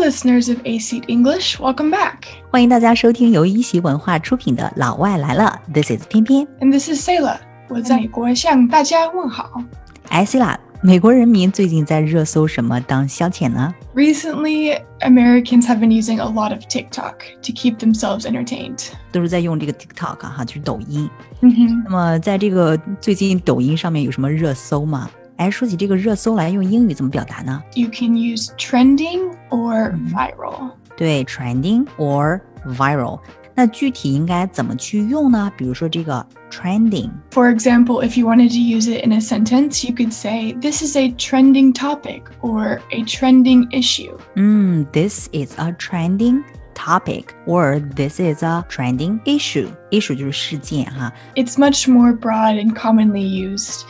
listeners of A Seat English, welcome back. 欢迎大家收听由一席文化出品的《老外来了》，This is 偏偏。 And this is Sayla. 我在美国向大家问好。哎，希拉，美国人民最近在热搜什么当消遣呢？ Recently, Americans have been using a lot of TikTok to keep themselves entertained. 都是在用这个 TikTok 啊哈、就是抖音。 Mm-hmm. 那么在这个最近抖音上面有什么热搜吗？哎，说起这个热搜来，用英语怎么表达呢？ You can use trending or Mhm. viral. 对，trending or viral。那具体应该怎么去用呢？比如说这个 trending， For example, if you wanted to use it in a sentence, you could say, This is a trending topic or a trending issue. 嗯，this is a trending topic or this is a trending issue。issue 就是事件哈。 It's much more broad and commonly used.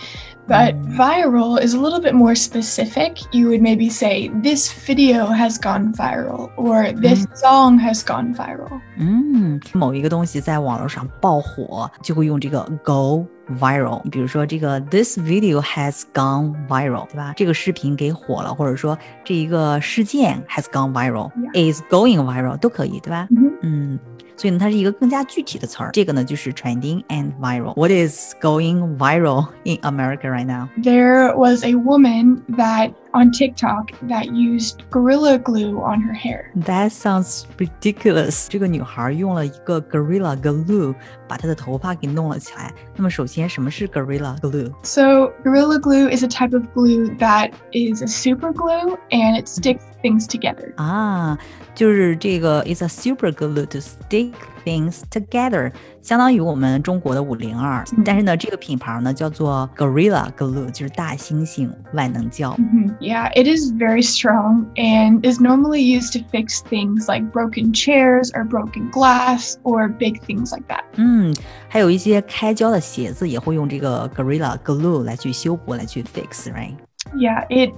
But Mm. viral is a little bit more specific. You would maybe say, This video has gone viral, or This song has gone viral. 嗯，某一个东西在网络上爆火，就会用这个 go viral。比如说这个 this video has gone viral，对吧？这个视频给火了，或者说这一个事件 has gone viral，is going viral 都可以，对吧？ Mhm. 嗯，所以呢，它是一个更加具体的词儿。这个呢，就是 trending and viral。What is going viral in America right now？ There was a woman that on TikTok that used gorilla glue on her hair. That sounds ridiculous。这个女孩用了一个 Gorilla Glue 把她的头发给弄了起来。那么，首先什么是 Gorilla Glue？ So, gorilla glue is a type of glue that is a super glue and it sticks things together. 啊，就是这个 is a super glue to stick things together，相当于我们中国的五零二嗯。但是呢，这个品牌呢叫做 Gorilla Glue，就是大猩猩万能胶。 Mhm. Yeah, it is very strong and is normally used to fix things like broken chairs or broken glass or big things like that. 嗯，还有一些开胶的鞋子也会用这个 Gorilla Glue 来去修补，来去 fix，right？ Yeah, it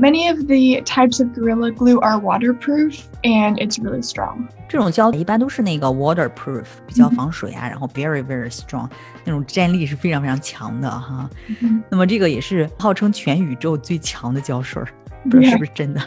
many of the types of gorilla glue are waterproof and it's really strong. 这种胶一般都是那个 waterproof，比较嗯防水啊，然后 very very strong，那种战力是非常非常强的哈。 Mhm. 那么这个也是号称全宇宙最强的 胶水儿，不知道 Yeah. 是不是真的？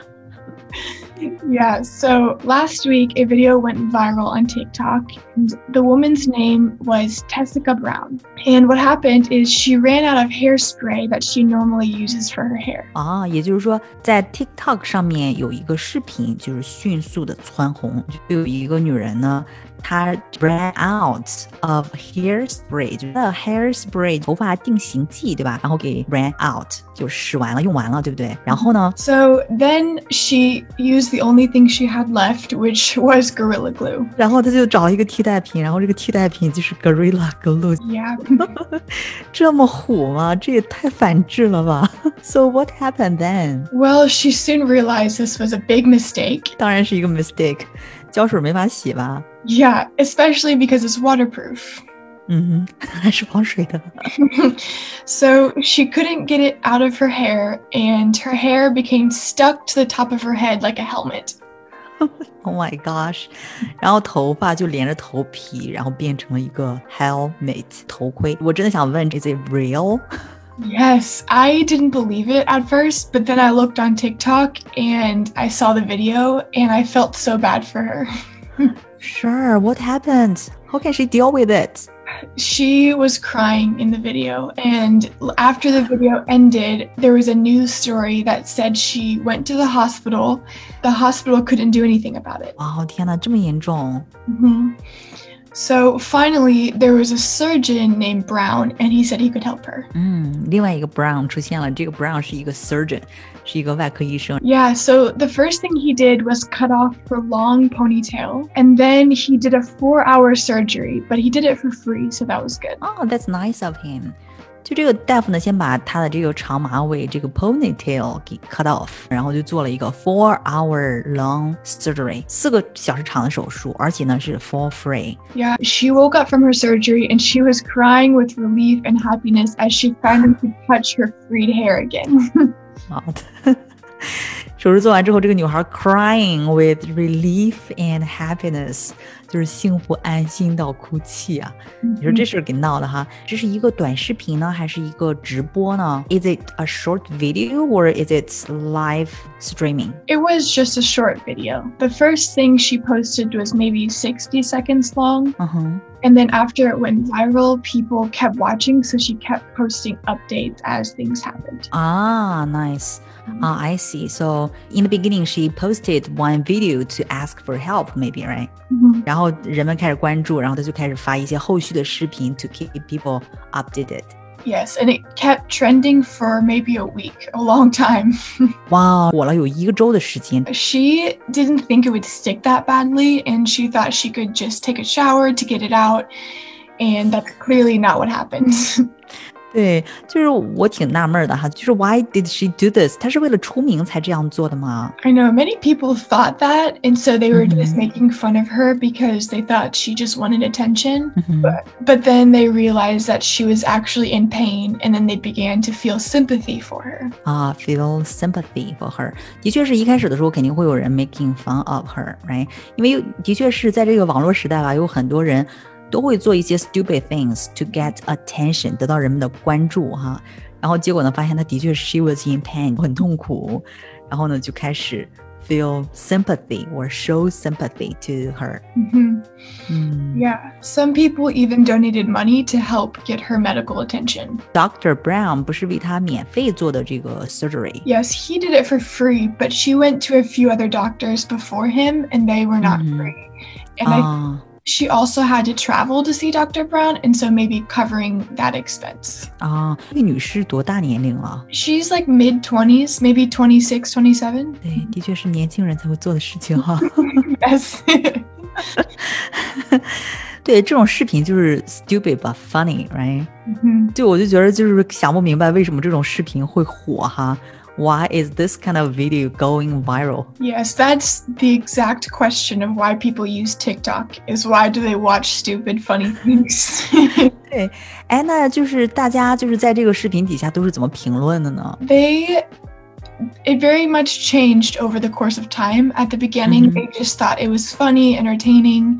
Yeah, so last week a video went viral on TikTok. And the woman's name was Tessica Brown. And what happened is she ran out of hairspray that she normally uses for her hair. 啊，也就是说，在 TikTok 上面有一个视频，就是迅速的蹿红，就有一个女人呢，她 ran out of hairspray，就是那 hairspray 头发定型剂，对吧？然后给 ran out 就使完了，用完了，对不对？然后呢， So then she used the only thing she had left, which was Gorilla Glue. 然后她就找一个替代品，然后这个替代品就是 Gorilla Glue， Yeah. 这么虎吗？这也太反智了吧 ！So what happened then？ well, she soon realized this was a big mistake. 当然是一个 mistake，胶水没法洗吧？ Yeah, especially because it's waterproof. 嗯哼，还是防水的。 so she couldn't get it out of her hair, and her hair became stuck to the top of her head like a helmet. Oh my gosh！然后头发就连着头皮，然后变成了一个 helmet 头盔。我真的想问，is it real？ Yes, I didn't believe it at first, but then I looked on TikTok and I saw the video and I felt so bad for her. Sure, what happened? How can she deal with it? She was crying in the video, and l- after the video ended, there was a news story that said she went to the hospital. The hospital couldn't do anything about it. 哇、天哪，这么严重！ hmm So finally, there was a surgeon named Brown, and he said he could help her. 嗯，另外一个 Brown 出现了，这个 Brown 是一个 surgeon，是一个外科医生。 Yeah, so the first thing he did was cut off her long ponytail, and then he did a four hour surgery, but he did it for free, so that was good. 哦、t h a t s nice of him。就这个大夫呢，先把他的这个长马尾这个 ponytail 给 cut off，然后就做了一个 four hour long surgery，四个小时长的手术，而且呢是 for free。 Yeah, she woke up from her surgery and she was crying with relief and happiness as she finally could touch her freed hair again. 好的。手术做完之后，这个女孩 crying with relief and happiness，就是幸福安心到哭泣啊！你说这事儿给闹的哈，这是一个短视频呢，还是一个直播呢？Is it a short video or is it live streaming? It was just a short video. The first thing she posted was maybe 60 seconds long. 嗯哼， And then after it went viral, people kept watching, so she kept posting updates as things happened. 啊，nice. Ah, I see. So in the beginning, she posted one video to ask for help, maybe, right? 嗯然后人们开始关注，然后她就开始发一些后续的视频 to keep people updated. Yes, and it kept trending for maybe a week, a long time. 哇，火了有一个周的时间， She didn't think it would stick that badly, and she thought she could just take a shower to get it out. And that's clearly not what happened. 对，就是我挺纳闷儿的哈，就是 Why did she do this？她是为了出名才这样做的吗？ I know many people thought that, and so they were just Mhm. making fun of her because they thought she just wanted attention. 嗯哼 But then they realized that she was actually in pain, and then they began to feel sympathy for her. 啊、f e e l sympathy for her，的确是一开始的时候肯定会有人 making fun of her，right？因为有的确是在这个网络时代吧，有很多人都会做一些 stupid things to get attention，得到人们的关注哈。然后结果呢，发现她的确 she was in pain，很痛苦，然后呢就开始 feel sympathy or show sympathy to her。 hmm 嗯 Yeah. Some people even donated money to help get her medical attention. ，Doctor Brown 不是为她免费做的这个 surgery。 Yes, he did it for free, but she went to a few other doctors before him, and they were not Mhm. free. And I, 啊。 she also had to travel to see Dr. Brown, and so maybe covering that expense. 啊，这个女士多大年龄了？ She's like mid 20s, maybe 26, 27. 对，的确是年轻人才会做的事情哈。 Yes. 对，这种视频就是 stupid but funny，right？ Mhm. 就我就觉得就是想不明白为什么这种视频会火哈。Why is this kind of video going viral？ Yes, that's the exact question of why people use TikTok is why do they watch stupid, funny things? 哎，那就是大家就是在这个视频底下都是怎么评论的呢？ they it very much changed over the course of time at the beginning Mhm. they just thought it was funny entertaining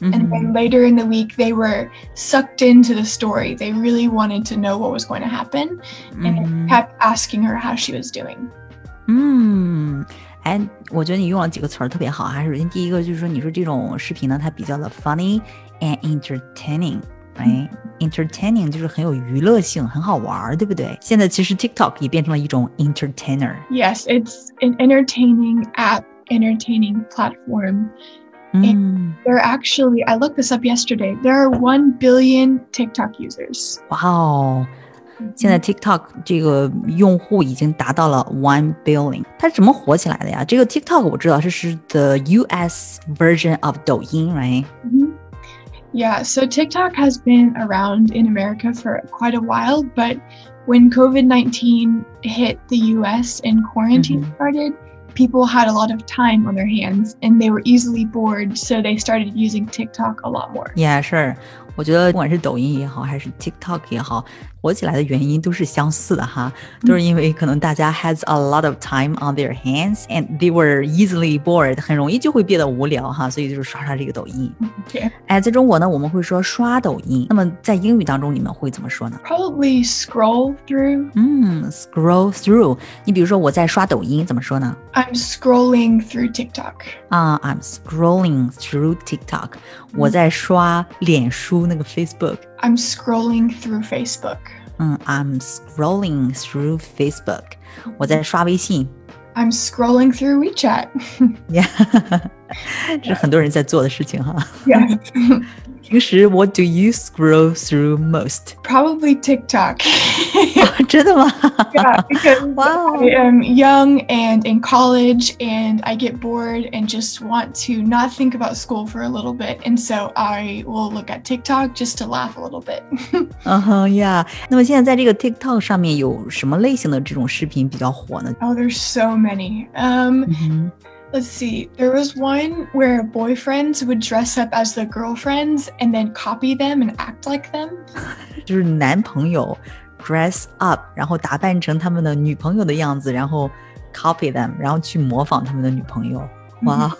嗯 and 哼 then later in the week they were sucked into the story they really wanted to know what was going to happen 嗯 and 哼 they kept asking her how she was doing 嗯，哎，我觉得你用了几个词儿特别好哈。首先，第一个就是说，你说这种视频呢，它比较的 funny and entertaining。哎，entertaining 就是很有娱乐性，很好玩儿，对不对？现在其实 TikTok 也变成了一种 entertainer。 yes it's an entertaining app entertaining platform 嗯， there are actually i looked this up yesterday there are 1 billion tiktok users 哇哦，现在 TikTok 这个用户已经达到了 one billion。它是怎么火起来的呀？这个 TikTok 我知道，这是 the US version of 抖音，right？ Mhm. Yeah, so TikTok has been around in America for quite a while, but when COVID 19 hit the US and quarantine Mhm. started, people had a lot of time on their hands and they were easily bored, so they started using TikTok a lot more. Yeah，是，我觉得不管是抖音也好，还是 TikTok 也好，火起来的原因都是相似的哈，都是因为可能大家 has a lot of time on their hands and they were easily bored，很容易就会变得无聊哈，所以就是刷刷这个抖音。 Okay. 哎，在中国呢，我们会说刷抖音，那么在英语当中你们会怎么说呢？ Probably scroll through. 嗯，scroll through。你比如说我在刷抖音，怎么说呢？ I'm scrolling through TikTok. 啊、i m scrolling through TikTok，我在刷脸书那个 Facebook。 I'm scrolling through Facebook. 嗯，I'm scrolling through Facebook，我在刷微 信。 I'm scrolling through WeChat. Yeah，这是很多人在做的事情哈。 Yeah. 平时 What do you scroll through most？ Probably TikTok. 真的吗 哦 yeah, because Wow. I am young and in college, and I get bored and just want to not think about school for a little bit. And so I will look at TikTok just to laugh a little bit. 嗯哼呀。那么现在在这个 TikTok 上面有什么类型的这种视频比较火呢？ oh, there's so many. Um, 嗯哼 let's see. There was one where boyfriends would dress up as their girlfriends and then copy them and act like them. 就是男朋友 dress up，然后打扮成他们的女 Mm-hmm. 朋友的样子，然后 copy them，然后去模仿他们的女朋友。哇、哦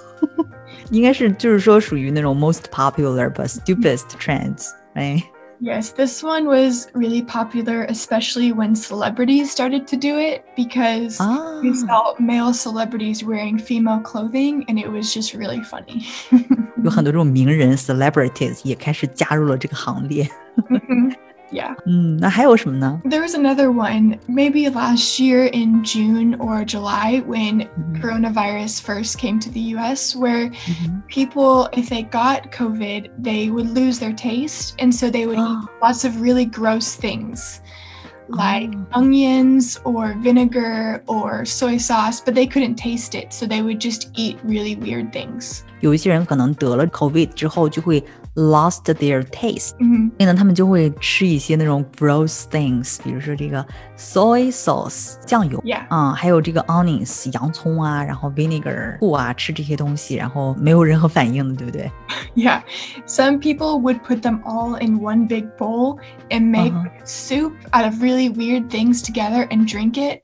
应该是就是说属于那种 most popular but stupidest trends, 哎 right? Yes, this one was really popular, especially when celebrities started to do it because Ah. we saw male celebrities wearing female clothing and it was just really funny. 有很多这种名人 celebrities 也开始加入了这个行列。 Mhm. yeah. 嗯，那还有什么呢？ There was another one, maybe last year in June or July when 嗯 coronavirus first came to the US, where 嗯 people, if they got COVID, they would lose their taste. And so they would Oh. eat lots of really gross things like Oh. onions or vinegar or soy sauce, but they couldn't taste it. So they would just eat really weird things. 有一些人可能得了 COVID 之后就会 lost their taste， Mhm. 所以呢，他们就会吃一些那种 gross things，比如说这个 soy sauce 酱油 Yeah. 啊、还有这个 onions 洋葱啊，然后 vinegar 醋啊，吃这些东西，然后没有任何反应的，对不对？ Yeah. Some people would put them all in one big bowl and make Uh-huh. soup out of really weird things together and drink it.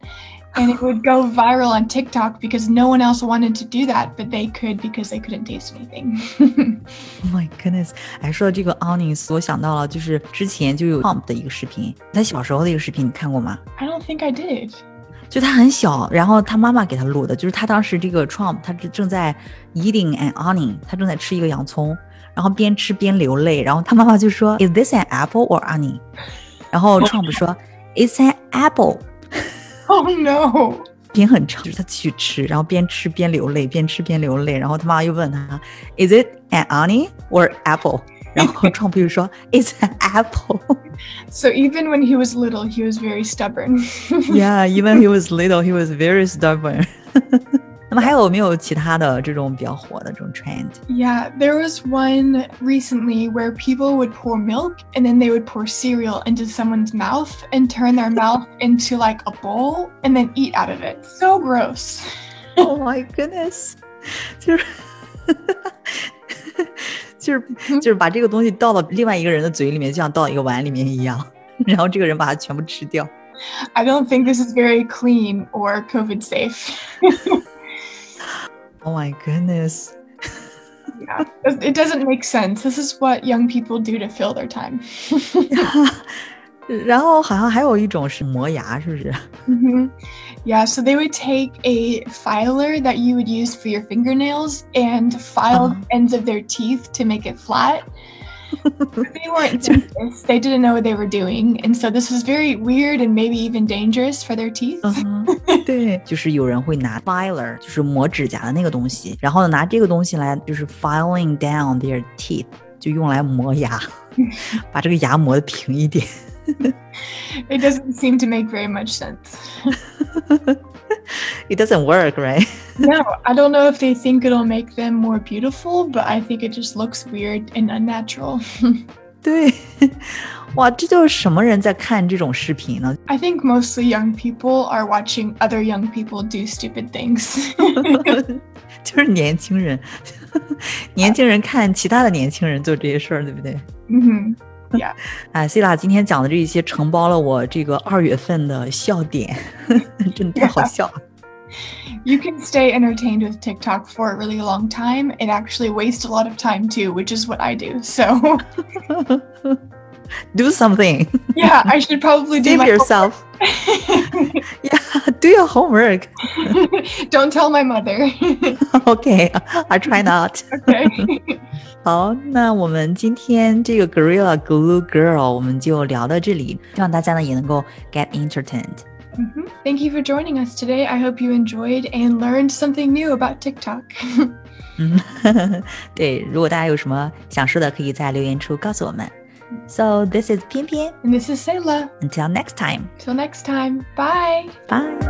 And it would go viral on TikTok because no one else wanted to do that, but they could because they couldn't taste anything. Oh my goodness！哎，说到这个 onions，我想到了，就是之前就有 Pump 的一个视频，他小时候的一个视频，你看过吗？ I don't think I did. 就他很小，然后他妈妈给他录的，就是他当时这个 Trump，他正正在 eating an onion，他正在吃一个洋葱，然后边吃边流泪，然后他妈妈就说 Is this an apple or onion？然后 Trump 说 It's an apple。 Oh no. 饼很长，就是他继续吃，然后边吃边流泪，边吃边流泪。然后他妈又问他，Is it an onion or apple？然后 Trump 就说，It's an apple。 So even when he was little, he was very stubborn. Yeah, even he was little, he was very stubborn 。 那么还有没有其他的这种比较火的这种 trend？ yeah, there was one recently where people would pour milk and then they would pour cereal into someone's mouth and turn their mouth into like a bowl and then eat out of it. So gross. Oh my goodness，就是 就是就是把这个东西倒到另外一个人的嘴里面，就像倒一个碗里面一样，然后这个人把它全部吃掉。 I don't think this is very clean or COVID safe. Oh my goodness， yeah, it it doesn't make sense. This is what young people do to fill their time. 然后好像还有一种是磨牙，是不是？ hmm Yeah, so they would take a filer that you would use for your fingernails and file Uh-huh. the ends of their teeth to make it flat. But they weren't dentists, they didn't know what they were doing. And so this was very weird and maybe even dangerous for their teeth. 嗯哼， 对，就是有人会拿 filer，就是磨指甲的那个东西，然后拿这个东西来就是 filing down their teeth，就用来磨牙，把这个牙磨得平一点。 It doesn't seem to make very much sense. It doesn't work, right? no, I don't know if they think it'll make them more beautiful, but I think it just looks weird and unnatural. 对，哇，这就是什么人在看这种视频呢？ I think mostly young people are watching other young people do stupid things. 就是年轻人， 年轻人看其他的年轻人做这些事儿，对不对？ hmm 哎，希拉今天讲的这一些承包了我这个二月份的笑点， 真的太好笑了。 You can stay entertained with TikTok for a really long time. It actually wastes a lot of time too, which is what I do. So, Do something, yeah, I should probably do save my yourself. Yeah, do your homework. Don't tell my mother. OK, I try not. okay. 好，那我们今天这个 Gorilla Glue Girl 我们就聊到这里，希望大家呢也能够 get entertained。 Mhm. Thank you for joining us today. I hope you enjoyed and learned something new about TikTok. 嗯，对，如果大家有什么想说的，可以在留言处告诉我们。So this is 偏偏 and this is Sayla. until next time. Till next time. Bye. Bye.